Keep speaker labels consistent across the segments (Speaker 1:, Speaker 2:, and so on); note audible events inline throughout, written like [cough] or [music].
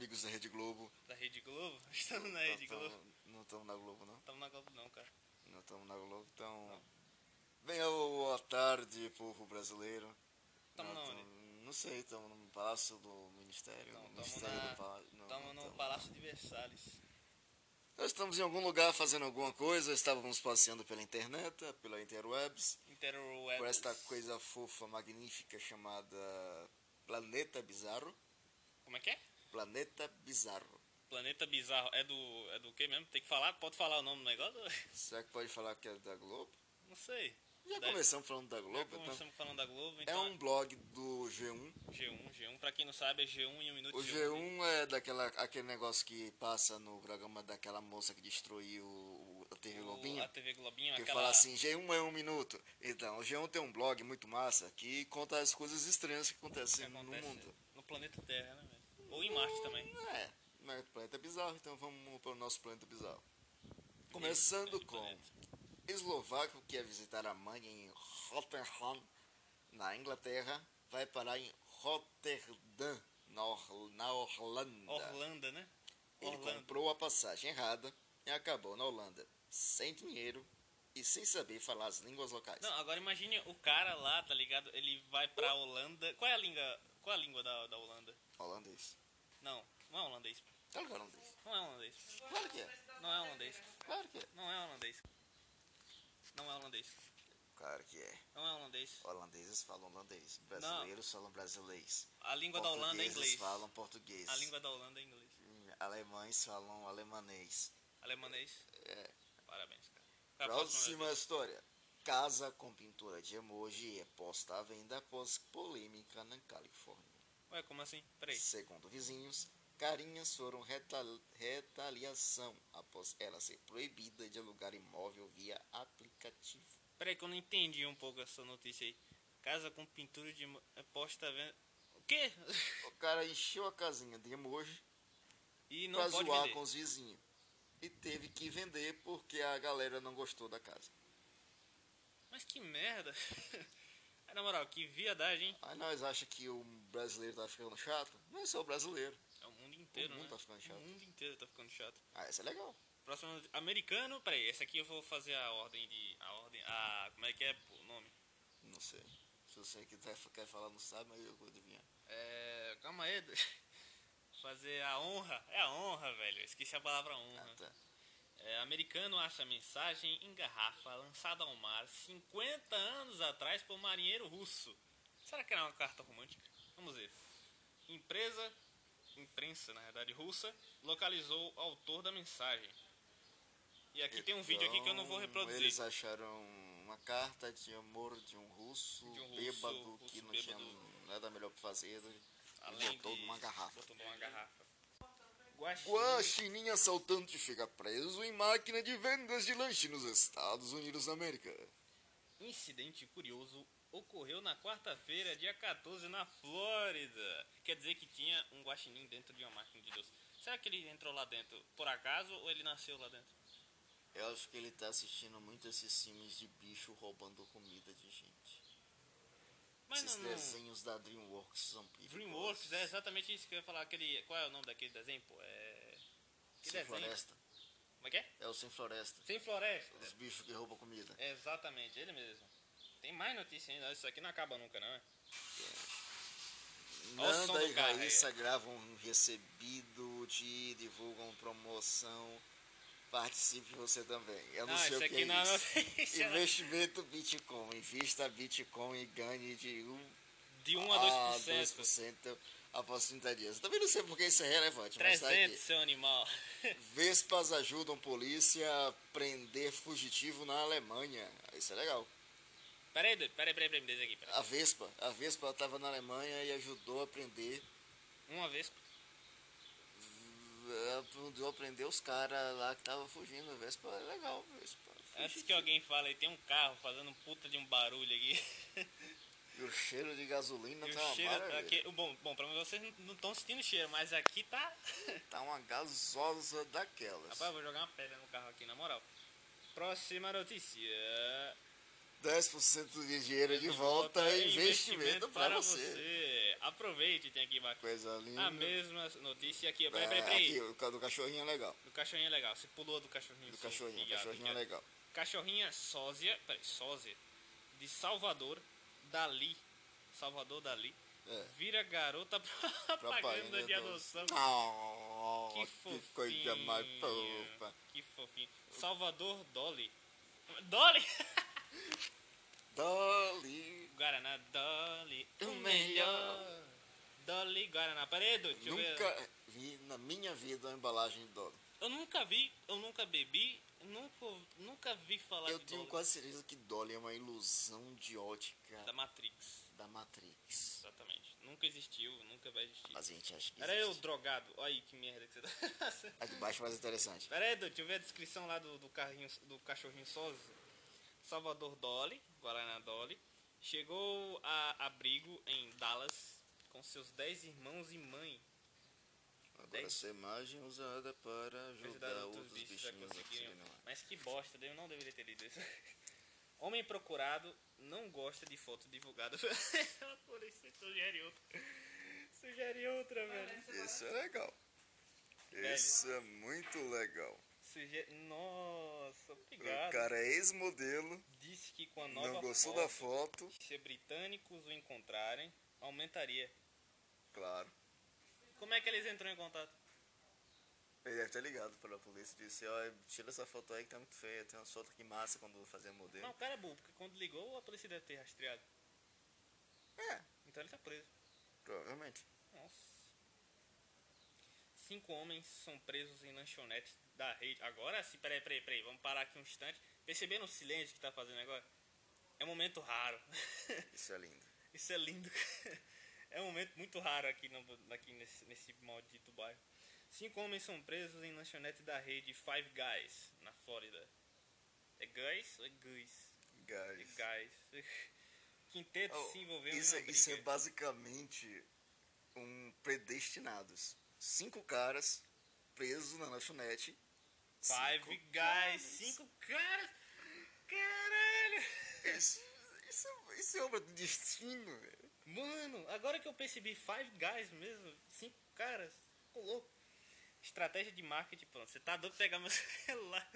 Speaker 1: amigos da Rede Globo.
Speaker 2: Da Rede Globo? Estamos [laughs] na Rede
Speaker 1: não,
Speaker 2: Globo.
Speaker 1: estamos na Globo, não.
Speaker 2: Estamos na Globo não, cara.
Speaker 1: Não estamos na Globo, então. Bem, boa tarde, povo brasileiro.
Speaker 2: Tamo
Speaker 1: Não,
Speaker 2: na
Speaker 1: tamo- Não sei, estamos no Palácio do Ministério.
Speaker 2: Não, tamo
Speaker 1: Ministério
Speaker 2: na-
Speaker 1: do Palácio. não,
Speaker 2: Estamos
Speaker 1: não
Speaker 2: no
Speaker 1: tamo.
Speaker 2: Palácio de Versalhes.
Speaker 1: Nós estamos em algum lugar fazendo alguma coisa, estávamos passeando pela internet, pela interwebs,
Speaker 2: Interweb.
Speaker 1: por esta coisa fofa, magnífica chamada Planeta Bizarro.
Speaker 2: Como é que é?
Speaker 1: Planeta Bizarro.
Speaker 2: Planeta Bizarro. É do. É do que mesmo? Tem que falar? Pode falar o nome do negócio? [laughs]
Speaker 1: Será que pode falar que é da Globo?
Speaker 2: Não sei.
Speaker 1: Já
Speaker 2: Deve-
Speaker 1: começamos falando da
Speaker 2: Já
Speaker 1: Globo, então.
Speaker 2: começamos falando da Globo,
Speaker 1: É
Speaker 2: então. é
Speaker 1: um blog do G1.
Speaker 2: G1, G1. Pra quem não sabe, é G1 em um minuto.
Speaker 1: O
Speaker 2: de
Speaker 1: G1 é daquela, aquele negócio que passa no programa daquela moça que destruiu o- a TV
Speaker 2: O-
Speaker 1: um, Globinho.
Speaker 2: A TV Globinho,
Speaker 1: Que
Speaker 2: aquela.
Speaker 1: fala assim, G1 é um minuto. Então, o G1 tem um blog muito massa que conta as coisas estranhas que
Speaker 2: que
Speaker 1: acontecem
Speaker 2: acontece
Speaker 1: no mundo.
Speaker 2: no planeta Terra, né, velho? Ou em Marte também.
Speaker 1: É, mas o planeta é bizarro, então vamos para o nosso planeta bizarro. Começando
Speaker 2: Grande
Speaker 1: com
Speaker 2: planeta.
Speaker 1: eslovaco que ia visitar a mãe em Rotterdam, na Inglaterra, vai parar em Rotterdam, na, Or- na Orlando.
Speaker 2: Orlando, né?
Speaker 1: Ele
Speaker 2: Orlando.
Speaker 1: comprou a passagem errada e acabou na Holanda, sem dinheiro e sem saber falar as línguas locais.
Speaker 2: Não, agora imagine o cara lá, tá ligado? Ele vai pra Holanda. Qual é a língua, qual é a língua da, da Holanda?
Speaker 1: Holandês.
Speaker 2: Não, não é holandês.
Speaker 1: Claro que é holandês.
Speaker 2: Não é holandês.
Speaker 1: Claro que é.
Speaker 2: Não é holandês.
Speaker 1: Claro que é.
Speaker 2: Não é holandês. Não é holandês.
Speaker 1: Claro que é.
Speaker 2: Não é holandês.
Speaker 1: Holandeses falam holandês. Brasileiros falam brasileiro.
Speaker 2: A língua da Holanda é inglês.
Speaker 1: falam português.
Speaker 2: A língua da Holanda é inglês.
Speaker 1: Alemães falam alemanês.
Speaker 2: Alemanês.
Speaker 1: É.
Speaker 2: Parabéns, cara. Qual é a
Speaker 1: Próxima
Speaker 2: próxima?
Speaker 1: história. Casa com pintura de emoji é posta à venda após polêmica na Califórnia.
Speaker 2: Ué, como assim? Peraí.
Speaker 1: Segundo vizinhos, carinhas foram retal- retaliação após ela ser proibida de alugar imóvel via aplicativo.
Speaker 2: Peraí que eu não entendi um pouco essa notícia aí. Casa com pintura de mo- é posta à venda. O quê? [laughs]
Speaker 1: O cara encheu a casinha de emoji
Speaker 2: E não
Speaker 1: pra
Speaker 2: pode
Speaker 1: zoar
Speaker 2: vender.
Speaker 1: com os vizinhos. E teve que vender porque a galera não gostou da casa.
Speaker 2: Mas que merda. [laughs] Ah, Na moral, que viadagem, hein?
Speaker 1: Aí nós acha que o brasileiro tá ficando chato? Não é só o brasileiro.
Speaker 2: É o mundo inteiro,
Speaker 1: mundo
Speaker 2: né?
Speaker 1: tá ficando chato.
Speaker 2: O mundo inteiro tá ficando chato.
Speaker 1: Ah, isso é legal.
Speaker 2: Próximo, americano. Peraí, essa aqui eu vou fazer a ordem de... A ordem... A... Como é que é pô, o nome?
Speaker 1: Não sei. Se você que tá- quer falar não sabe, mas eu vou adivinhar.
Speaker 2: É... Calma
Speaker 1: [laughs]
Speaker 2: aí. Fazer a honra. É a honra, velho. Eu esqueci a palavra honra.
Speaker 1: Ah, tá.
Speaker 2: É, americano acha mensagem em garrafa lançada ao mar 50 anos atrás por um marinheiro russo. Será que era uma carta romântica? Vamos ver. Empresa, imprensa na verdade russa, localizou o autor da mensagem. E aqui tem um vídeo aqui que eu não vou
Speaker 1: Então,
Speaker 2: reproduzir.
Speaker 1: Eles acharam uma carta de amor de um russo
Speaker 2: De um russo,
Speaker 1: bêbado
Speaker 2: russo
Speaker 1: que não
Speaker 2: bêbado.
Speaker 1: tinha nada melhor pra fazer. né?
Speaker 2: Além
Speaker 1: botou
Speaker 2: de-
Speaker 1: numa garrafa.
Speaker 2: Botou numa garrafa. Guaxinim.
Speaker 1: Guaxinim assaltante fica preso em máquina de vendas de lanche nos Estados Unidos da América.
Speaker 2: Incidente curioso ocorreu na quarta-feira, dia 14, na Flórida. Quer dizer que tinha um guaxinim dentro de uma máquina de doce. Será que ele entrou lá dentro por acaso ou ele nasceu lá dentro?
Speaker 1: Eu acho que ele tá assistindo muito esses filmes de bicho roubando comida de gente.
Speaker 2: Mas
Speaker 1: esses
Speaker 2: não, não.
Speaker 1: desenhos da DreamWorks são perigosos.
Speaker 2: DreamWorks é exatamente isso que eu ia falar. Aquele, qual é o nome daquele desenho, pô? É... Que
Speaker 1: Sem
Speaker 2: desenho?
Speaker 1: floresta.
Speaker 2: Como é que é?
Speaker 1: É o Sem Floresta.
Speaker 2: Sem Floresta.
Speaker 1: Os bichos que roubam comida.
Speaker 2: É exatamente, ele mesmo. Tem mais notícia ainda, isso aqui não acaba nunca, não é? Olha o som
Speaker 1: Nanda
Speaker 2: do
Speaker 1: e
Speaker 2: carro
Speaker 1: Raíssa gravam um recebido de divulgam promoção. Participe você também. Eu não
Speaker 2: Ah,
Speaker 1: sei
Speaker 2: isso
Speaker 1: o que
Speaker 2: aqui
Speaker 1: é
Speaker 2: não é [laughs]
Speaker 1: isso.
Speaker 2: notícia, né?
Speaker 1: Investimento Bitcoin. Invista Bitcoin e ganhe de 1
Speaker 2: De 1 a
Speaker 1: Ah,
Speaker 2: 2%.
Speaker 1: 2% após 30 dias. Também não sei porque isso é relevante, mas tá
Speaker 2: 300,
Speaker 1: aqui.
Speaker 2: seu animal. [laughs]
Speaker 1: Vespas ajudam polícia a prender fugitivo na Alemanha. Isso é legal.
Speaker 2: peraí, doido, peraí, peraí, peraí, deixa aqui, peraí.
Speaker 1: A Vespa. A Vespa estava na Alemanha e ajudou a prender
Speaker 2: Uma vez
Speaker 1: Aprendeu, aprendeu os caras lá que tava fugindo. A Vespa é legal, a Vespa.
Speaker 2: Antes que alguém fale, aí, tem um carro fazendo um puta de um barulho aqui.
Speaker 1: E o cheiro de gasolina
Speaker 2: E
Speaker 1: tá
Speaker 2: [laughs] o
Speaker 1: uma
Speaker 2: cheiro
Speaker 1: maravilha.
Speaker 2: aqui, bom, bom, pra vocês não- não estão sentindo o cheiro, mas aqui tá.
Speaker 1: Tá uma gasosa daquelas.
Speaker 2: Rapaz, eu vou jogar uma pedra no carro aqui, na moral. Próxima notícia.
Speaker 1: 10% de dinheiro de volta é investimento pra você.
Speaker 2: você. Aproveite, tem aqui embaixo.
Speaker 1: Coisa linda.
Speaker 2: A mesma notícia aqui. ó.
Speaker 1: É,
Speaker 2: Peraí, peraí,
Speaker 1: aqui,
Speaker 2: peraí.
Speaker 1: o ca- do cachorrinho é legal.
Speaker 2: Do cachorrinho é legal. Você pulou do cachorrinho.
Speaker 1: Do
Speaker 2: seu
Speaker 1: cachorrinho, o
Speaker 2: viado,
Speaker 1: cachorrinho
Speaker 2: que
Speaker 1: é
Speaker 2: é-
Speaker 1: legal.
Speaker 2: Cachorrinha sósia, peraí, sósia, de Salvador, Dali, Salvador Dali,
Speaker 1: É.
Speaker 2: vira garota [laughs] propaganda de adoção.
Speaker 1: Não,
Speaker 2: Que
Speaker 1: que
Speaker 2: fofinho.
Speaker 1: coisa mais fofa.
Speaker 2: Que fofinho. Salvador Dolly. Dolly? [laughs]
Speaker 1: Dolly.
Speaker 2: Guaraná, Dolly, o
Speaker 1: O
Speaker 2: melhor. Dolly Guaraná. Peraí, Edu, deixa eu ver.
Speaker 1: Nunca vi na minha vida uma embalagem de Dolly.
Speaker 2: Eu nunca vi, eu nunca bebi, nunca, nunca vi falar
Speaker 1: Eu
Speaker 2: de
Speaker 1: tenho
Speaker 2: Dolly.
Speaker 1: quase certeza que Dolly é uma ilusão de ótica
Speaker 2: Da Matrix,
Speaker 1: da Matrix.
Speaker 2: exatamente. Nunca existiu, nunca vai existir.
Speaker 1: Mas a gente acha que
Speaker 2: Era eu
Speaker 1: existe.
Speaker 2: drogado. Olha aí que merda que você tá. [laughs]
Speaker 1: A de baixo é mais interessante.
Speaker 2: Pera aí, Edu, deixa eu ver a descrição lá do, do carrinho do cachorrinho sósia. Salvador Dolly, Guaraná Dolly, chegou a abrigo em Dallas com seus 10 irmãos e mãe.
Speaker 1: Agora
Speaker 2: Tem?
Speaker 1: essa imagem é usada para
Speaker 2: Ajudar
Speaker 1: ajudar
Speaker 2: outros
Speaker 1: outros
Speaker 2: bichos a
Speaker 1: bichinhos né, a
Speaker 2: conseguirem.
Speaker 1: seguirem lá.
Speaker 2: Mas que bosta, eu não deveria ter lido isso. [laughs] Homem procurado não gosta de foto divulgada. [laughs] Por isso você sugere outra. Sugere outra, velho.
Speaker 1: Isso é legal.
Speaker 2: Velho.
Speaker 1: Isso é muito legal.
Speaker 2: Sugere... Nossa, obrigado.
Speaker 1: O cara é ex-modelo,
Speaker 2: Disse que com a nova
Speaker 1: não gostou
Speaker 2: foto,
Speaker 1: da foto,
Speaker 2: Se britânicos o encontrarem, aumentaria.
Speaker 1: claro.
Speaker 2: Como é que eles entram em contato?
Speaker 1: Ele deve ter ligado pra polícia e disse, ó, tira essa foto aí que tá muito feia, tem uma foto que massa quando fazia modelo.
Speaker 2: Não, o cara é burro, porque quando ligou, a polícia deve ter rastreado.
Speaker 1: É,
Speaker 2: Então ele tá preso.
Speaker 1: provavelmente.
Speaker 2: Nossa. Cinco homens são presos em lanchonete da rede. Agora sim, peraí, peraí, peraí. Vamos parar aqui um instante. Perceberam o silêncio que tá fazendo agora? É um momento raro. [laughs]
Speaker 1: Isso é lindo.
Speaker 2: Isso é lindo. [laughs] É um momento muito raro aqui, no- aqui nesse, nesse maldito bairro. Cinco homens são presos em lanchonete da rede Five Guys, na Flórida. É Guys ou é Guys? É
Speaker 1: Guys.
Speaker 2: Guys. [laughs] Quinteto
Speaker 1: Oh,
Speaker 2: se envolveu em
Speaker 1: isso,
Speaker 2: uma
Speaker 1: é- isso é
Speaker 2: briga.
Speaker 1: basicamente um predestinados. Cinco caras presos na lanchonete.
Speaker 2: Five
Speaker 1: Cinco
Speaker 2: Guys,
Speaker 1: caras.
Speaker 2: cinco caras. Caralho.
Speaker 1: Isso, isso, é- isso é obra do destino, velho.
Speaker 2: Mano, agora que eu percebi, Five Guys mesmo, cinco caras, ficou louco. Estratégia de marketing, pronto. Você tá doido pra pegar meu [laughs] celular.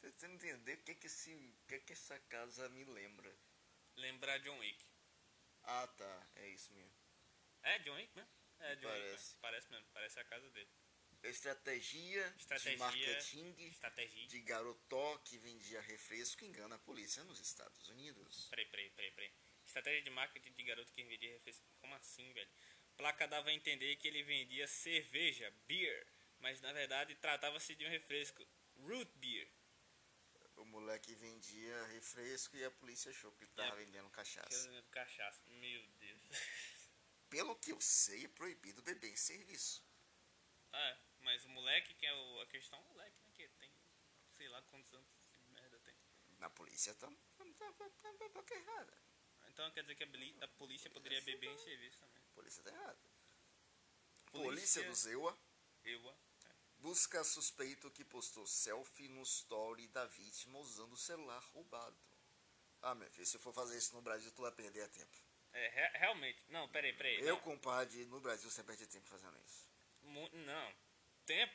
Speaker 1: Tô Tentando entender o que é que, esse, o que é que essa casa me lembra.
Speaker 2: Lembrar John Wick.
Speaker 1: Ah, tá. É isso mesmo.
Speaker 2: É John Wick mesmo? É John Wick.
Speaker 1: Parece.
Speaker 2: Mesmo. Parece mesmo, parece a casa dele.
Speaker 1: É Estratégia,
Speaker 2: Estratégia.
Speaker 1: de marketing
Speaker 2: Estratégia.
Speaker 1: de garotó que vendia refresco que engana a polícia nos Estados Unidos.
Speaker 2: Peraí, peraí, peraí, peraí. Estratégia de marketing de garoto que vendia refeição. Como assim, velho? Placa dava a entender que ele vendia cerveja, beer, mas na verdade tratava-se de um refresco, root beer.
Speaker 1: O moleque vendia refresco e a polícia achou que ele tava vendendo cachaça.
Speaker 2: Que Cachaça. Meu Deus. [laughs]
Speaker 1: Pelo que eu sei, é proibido beber em serviço.
Speaker 2: Ah, é. mas o moleque que é o- a questão, o moleque, né? Que tem, sei lá quantos anos de merda tem.
Speaker 1: Na polícia tá, tá, tá, tá, tá, tá, tá errada.
Speaker 2: Então quer dizer que a, beli- a polícia poderia beber em serviço também.
Speaker 1: A polícia tá errada. Polícia, do Zewa
Speaker 2: Eu, ah, é.
Speaker 1: busca suspeito que postou selfie no story da vítima usando o celular roubado. Ah, meu filho, se eu for fazer isso no Brasil, tu vai perder tempo.
Speaker 2: É, re- realmente. Não, peraí, peraí.
Speaker 1: Eu,
Speaker 2: É, não.
Speaker 1: compadre, no Brasil, você perde tempo fazendo isso.
Speaker 2: Mu- Não. Tempo?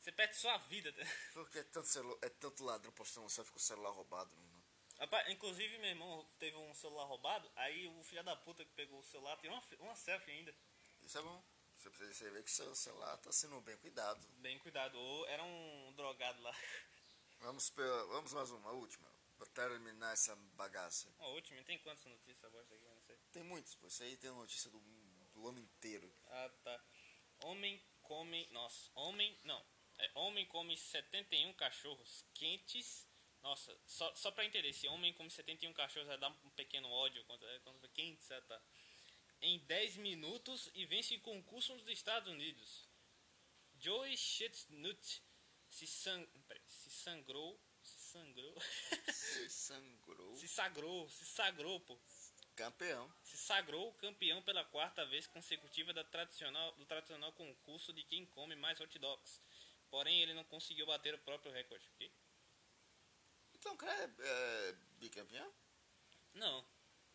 Speaker 2: Você perde sua vida. [laughs]
Speaker 1: Porque é tanto, celu- é tanto ladrão postando selfie com o celular roubado, meu irmão.
Speaker 2: Rapaz, inclusive, meu irmão teve um celular roubado. Aí o filho da puta que pegou o celular tem uma, fi- uma selfie ainda.
Speaker 1: Isso é bom. Você precisa você vê que o seu celular tá sendo bem cuidado.
Speaker 2: Bem cuidado. Ou era um drogado lá. [laughs]
Speaker 1: Vamos, pela, vamos mais uma, última. Pra terminar essa bagaça.
Speaker 2: Uma última. Tem quantas notícias essa bosta aqui? Eu não sei.
Speaker 1: Tem muitos, pô. Isso aí tem notícia do, do ano inteiro.
Speaker 2: Ah, tá. Homem come... Nossa. Homem... Não. É, homem come 71 cachorros quentes. Nossa, só, só pra entender, se homem come 71 cachorros, vai dar um pequeno ódio contra, contra quentes, ah, tá. em 10 minutos e vence concurso nos Estados Unidos. Joey Chestnut se, san... peraí, se sangrou. Se sangrou.
Speaker 1: [laughs]
Speaker 2: [laughs]
Speaker 1: Sangrou.
Speaker 2: se sagrou, se sagrou, pô.
Speaker 1: Campeão.
Speaker 2: Se sagrou campeão pela quarta vez consecutiva da tradicional, do tradicional concurso de quem come mais hot dogs. Porém, ele não conseguiu bater o próprio recorde. O quê?
Speaker 1: Então o cara é, é bicampeão?
Speaker 2: Não.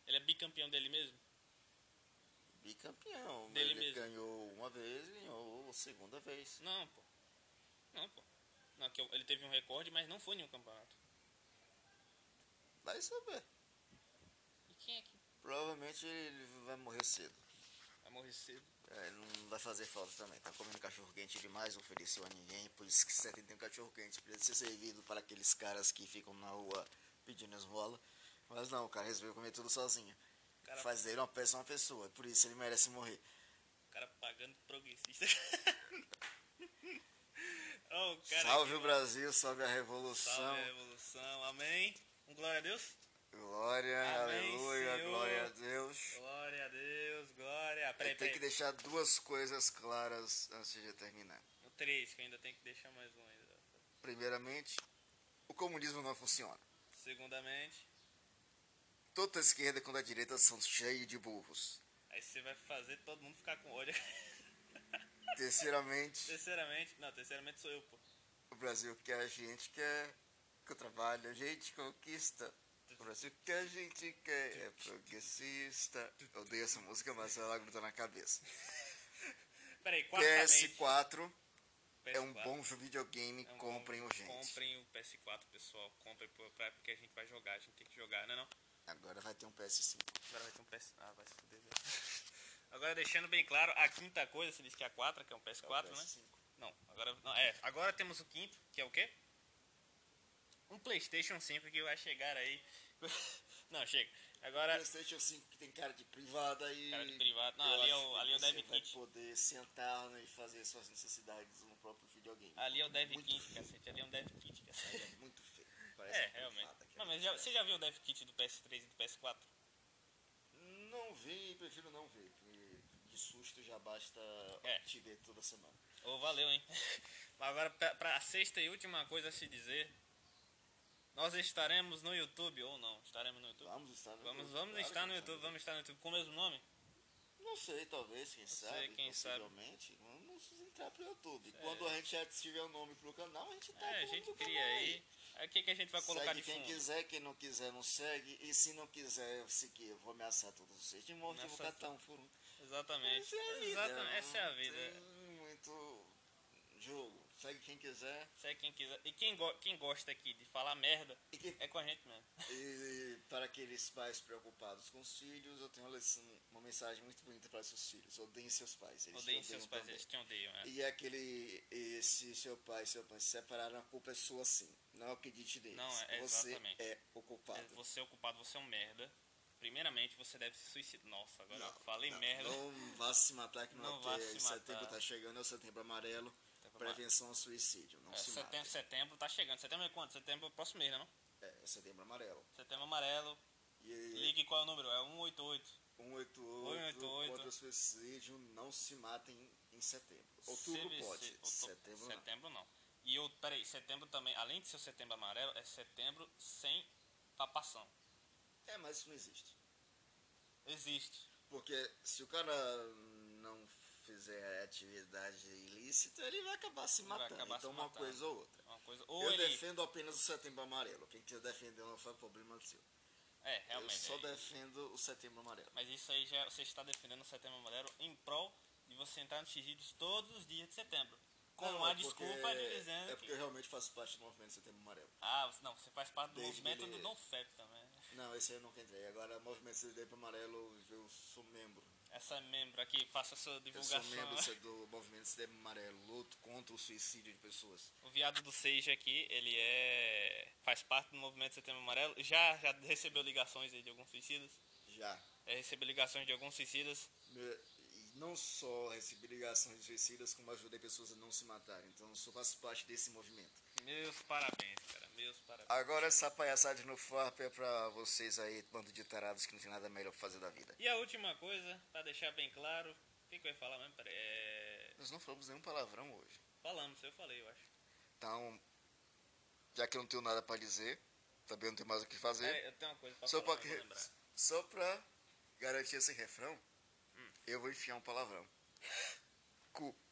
Speaker 2: Ele é bicampeão dele mesmo?
Speaker 1: bicampeão.
Speaker 2: Dele
Speaker 1: ele
Speaker 2: mesmo.
Speaker 1: ganhou uma vez, ganhou a segunda vez.
Speaker 2: Não, pô. Não, pô. Não, que eu- ele teve um recorde, mas não foi nenhum campeonato.
Speaker 1: Vai saber.
Speaker 2: E quem é que
Speaker 1: Provavelmente ele vai morrer cedo.
Speaker 2: vai morrer cedo?
Speaker 1: É, ele não vai fazer falta também. Tá comendo cachorro quente demais, não ofereceu a ninguém. Por isso que sempre tem um cachorro quente. Precisa ser servido para aqueles caras que ficam na rua pedindo esmola. Mas não, o cara resolveu comer tudo sozinho.
Speaker 2: Cara-
Speaker 1: Faz dele uma peça uma pessoa. Por isso ele merece morrer.
Speaker 2: O cara pagando progressista. [laughs] Ó, o cara
Speaker 1: salve
Speaker 2: que-
Speaker 1: o Brasil, salve a revolução.
Speaker 2: Salve a revolução. Amém. Um glória a Deus.
Speaker 1: Glória,
Speaker 2: Amém,
Speaker 1: aleluia,
Speaker 2: Senhor.
Speaker 1: glória a Deus.
Speaker 2: Glória a Deus. Glória. Peraí,
Speaker 1: Eu tenho que
Speaker 2: peraí.
Speaker 1: deixar duas coisas claras antes de terminar.
Speaker 2: O três, que eu ainda tenho que deixar mais um ainda.
Speaker 1: Primeiramente, o comunismo não funciona.
Speaker 2: Segundamente,
Speaker 1: Tanto a esquerda quanto a direita são cheios de burros.
Speaker 2: aí você vai fazer todo mundo ficar com ódio. [laughs]
Speaker 1: Terceiramente,
Speaker 2: Terceiramente, não, terceiramente sou eu, pô.
Speaker 1: o Brasil quer a gente, quer que eu trabalho, a gente conquista. O Brasil que a gente quer é progressista. Eu odeio essa música, mas ela gruda na cabeça.
Speaker 2: Peraí, quartamente.
Speaker 1: PS4 é um
Speaker 2: PS4.
Speaker 1: bom videogame,
Speaker 2: É um
Speaker 1: comprem
Speaker 2: bom-
Speaker 1: urgente.
Speaker 2: Comprem o PS4, pessoal. Comprem pro- pra, porque a gente vai jogar, a gente tem que jogar, né não?
Speaker 1: Agora vai ter um PS5.
Speaker 2: Agora vai ter um PS. Ah, vai se fuder, velho. [laughs] Agora deixando bem claro, a quinta coisa, se diz que é a 4, que é um PS4, né? Não, agora. Não, é, agora temos o quinto, que é o quê? Um Playstation 5 que vai chegar aí. [laughs] Não, chega. Agora.
Speaker 1: PlayStation 5 assim, que tem cara de privada e.
Speaker 2: Cara de privada. Não,
Speaker 1: eu
Speaker 2: ali é
Speaker 1: acho
Speaker 2: o-
Speaker 1: que
Speaker 2: ali é o
Speaker 1: você
Speaker 2: Dev
Speaker 1: vai
Speaker 2: Kit.
Speaker 1: poder sentar né, e fazer suas necessidades no próprio videogame.
Speaker 2: Ali é o Dev
Speaker 1: Muito
Speaker 2: Kit,
Speaker 1: feio.
Speaker 2: cacete. Ali é um Dev Kit, cacete.
Speaker 1: É muito feio. Parece
Speaker 2: É,
Speaker 1: uma
Speaker 2: realmente.
Speaker 1: privada, cara.
Speaker 2: Não, mas já- você já viu o Dev Kit do PS3 e do PS4?
Speaker 1: Não vi, prefiro não ver. porque De susto já basta
Speaker 2: É.
Speaker 1: te ver toda semana.
Speaker 2: Ô, valeu, hein? Mas [laughs] agora, pra, pra sexta e última coisa a se dizer, nós estaremos no YouTube, ou não, estaremos no YouTube.
Speaker 1: Vamos estar no
Speaker 2: Vamos,
Speaker 1: YouTube,
Speaker 2: vamos
Speaker 1: claro que
Speaker 2: estar no
Speaker 1: vamos
Speaker 2: YouTube, vamos estar no YouTube com o mesmo nome?
Speaker 1: Não sei, talvez, quem
Speaker 2: sei,
Speaker 1: sabe.
Speaker 2: quem sabe.
Speaker 1: possivelmente. Vamos entrar pro YouTube. Quando a gente já tiver o nome pro canal, a gente tá
Speaker 2: É, a gente cria aí. Aí o que, que a gente vai colocar
Speaker 1: segue
Speaker 2: de
Speaker 1: quem
Speaker 2: fundo?
Speaker 1: quiser, quem não quiser não segue. E se não quiser seguir, eu vou ameaçar todos vocês de morte, eu vou
Speaker 2: Ameaçar
Speaker 1: catar um por um.
Speaker 2: Exatamente.
Speaker 1: Essa é a vida.
Speaker 2: Exatamente, essa é a
Speaker 1: não
Speaker 2: vida.
Speaker 1: Tem muito jogo. Segue quem quiser.
Speaker 2: Segue quem quiser. E quem, go- quem gosta aqui de falar merda
Speaker 1: E, que-
Speaker 2: é com a gente mesmo.
Speaker 1: e para aqueles pais preocupados com os filhos, eu tenho uma lição- uma mensagem muito bonita para seus filhos. Odeiem seus pais. Eles te
Speaker 2: Odeiem
Speaker 1: odeiam
Speaker 2: seus pais,
Speaker 1: também.
Speaker 2: eles te odeiam. É.
Speaker 1: E aquele. E se seu pai e seu pai se separaram, a culpa é sua sim. Não acredite neles.
Speaker 2: Não, é-
Speaker 1: Você
Speaker 2: exatamente.
Speaker 1: é o culpado.
Speaker 2: Você é o culpado, você é um merda. Primeiramente, você deve se suicidar. Nossa, agora
Speaker 1: Não,
Speaker 2: eu falei
Speaker 1: não,
Speaker 2: merda.
Speaker 1: Não vá se matar que não,
Speaker 2: Não
Speaker 1: é
Speaker 2: vá
Speaker 1: ter-
Speaker 2: se
Speaker 1: Setembro
Speaker 2: matar.
Speaker 1: tá chegando, é o setembro amarelo.
Speaker 2: Setembro
Speaker 1: Prevenção ao suicídio. Não
Speaker 2: É,
Speaker 1: se
Speaker 2: setembro,
Speaker 1: mate.
Speaker 2: setembro tá chegando. Setembro é quanto? Setembro é o próximo mês, né? Não?
Speaker 1: É, é setembro amarelo.
Speaker 2: Setembro amarelo.
Speaker 1: E
Speaker 2: Ligue qual é o número? É 188.
Speaker 1: 188
Speaker 2: 188.
Speaker 1: contra o suicídio, não se matem em setembro. Outubro
Speaker 2: CVC.
Speaker 1: pode,
Speaker 2: Outubro-
Speaker 1: setembro não.
Speaker 2: setembro não. E eu, peraí, setembro também, além de ser o setembro amarelo, é setembro sem papação.
Speaker 1: É, mas isso não existe.
Speaker 2: Existe.
Speaker 1: Porque se o cara não fizer atividade ilícita, ele vai acabar se
Speaker 2: Ele vai
Speaker 1: matando.
Speaker 2: acabar se
Speaker 1: então, uma
Speaker 2: matando.
Speaker 1: coisa ou outra.
Speaker 2: Uma coisa. Ou
Speaker 1: Eu
Speaker 2: ele.
Speaker 1: defendo apenas o setembro amarelo. Quem quiser defender não foi problema seu.
Speaker 2: É,
Speaker 1: Eu
Speaker 2: realmente.
Speaker 1: só
Speaker 2: é.
Speaker 1: defendo o setembro amarelo.
Speaker 2: Mas isso aí já você está defendendo o setembro amarelo em prol de você entrar nos xígidos todos os dias de setembro. Com
Speaker 1: Não,
Speaker 2: a
Speaker 1: é porque-
Speaker 2: desculpa de dizendo
Speaker 1: É porque eu
Speaker 2: que.
Speaker 1: realmente faço parte do movimento Setembro Amarelo.
Speaker 2: Ah, você- não, você faz parte do
Speaker 1: Desde que
Speaker 2: movimento
Speaker 1: ele-
Speaker 2: do Dom Feb também.
Speaker 1: Não, esse aí eu nunca entrei. Agora, movimento Setembro Amarelo, eu sou membro.
Speaker 2: Essa membro aqui, faça sua
Speaker 1: Eu sou
Speaker 2: divulgação.
Speaker 1: membro é do movimento Setembro Amarelo. Luto contra o suicídio de pessoas.
Speaker 2: O viado do Seija aqui, ele é. faz parte do movimento Setembro Amarelo. Já, já recebeu ligações aí de alguns suicidas.
Speaker 1: Já.
Speaker 2: É, recebeu ligações de alguns suicidas.
Speaker 1: Me- e Não só recebi ligações de suicidas, como ajudei pessoas a não se matarem. Então, eu só faço parte desse movimento.
Speaker 2: Meus parabéns, cara. Meus parabéns.
Speaker 1: Agora, essa palhaçada no FARP é pra vocês aí, bando de tarados que não tem nada melhor pra fazer da vida.
Speaker 2: E a última coisa, pra deixar bem claro, o que, que eu ia falar mesmo? Peraí, é.
Speaker 1: Nós não falamos nenhum palavrão hoje.
Speaker 2: Falamos, eu falei, eu acho.
Speaker 1: Então, já que eu não tenho nada pra dizer, também não tenho mais o que fazer.
Speaker 2: Peraí, É, eu tenho uma coisa pra
Speaker 1: Só
Speaker 2: falar,
Speaker 1: pra,
Speaker 2: eu vou lembrar.
Speaker 1: só pra garantir esse refrão, eu vou enfiar um palavrão. Cu.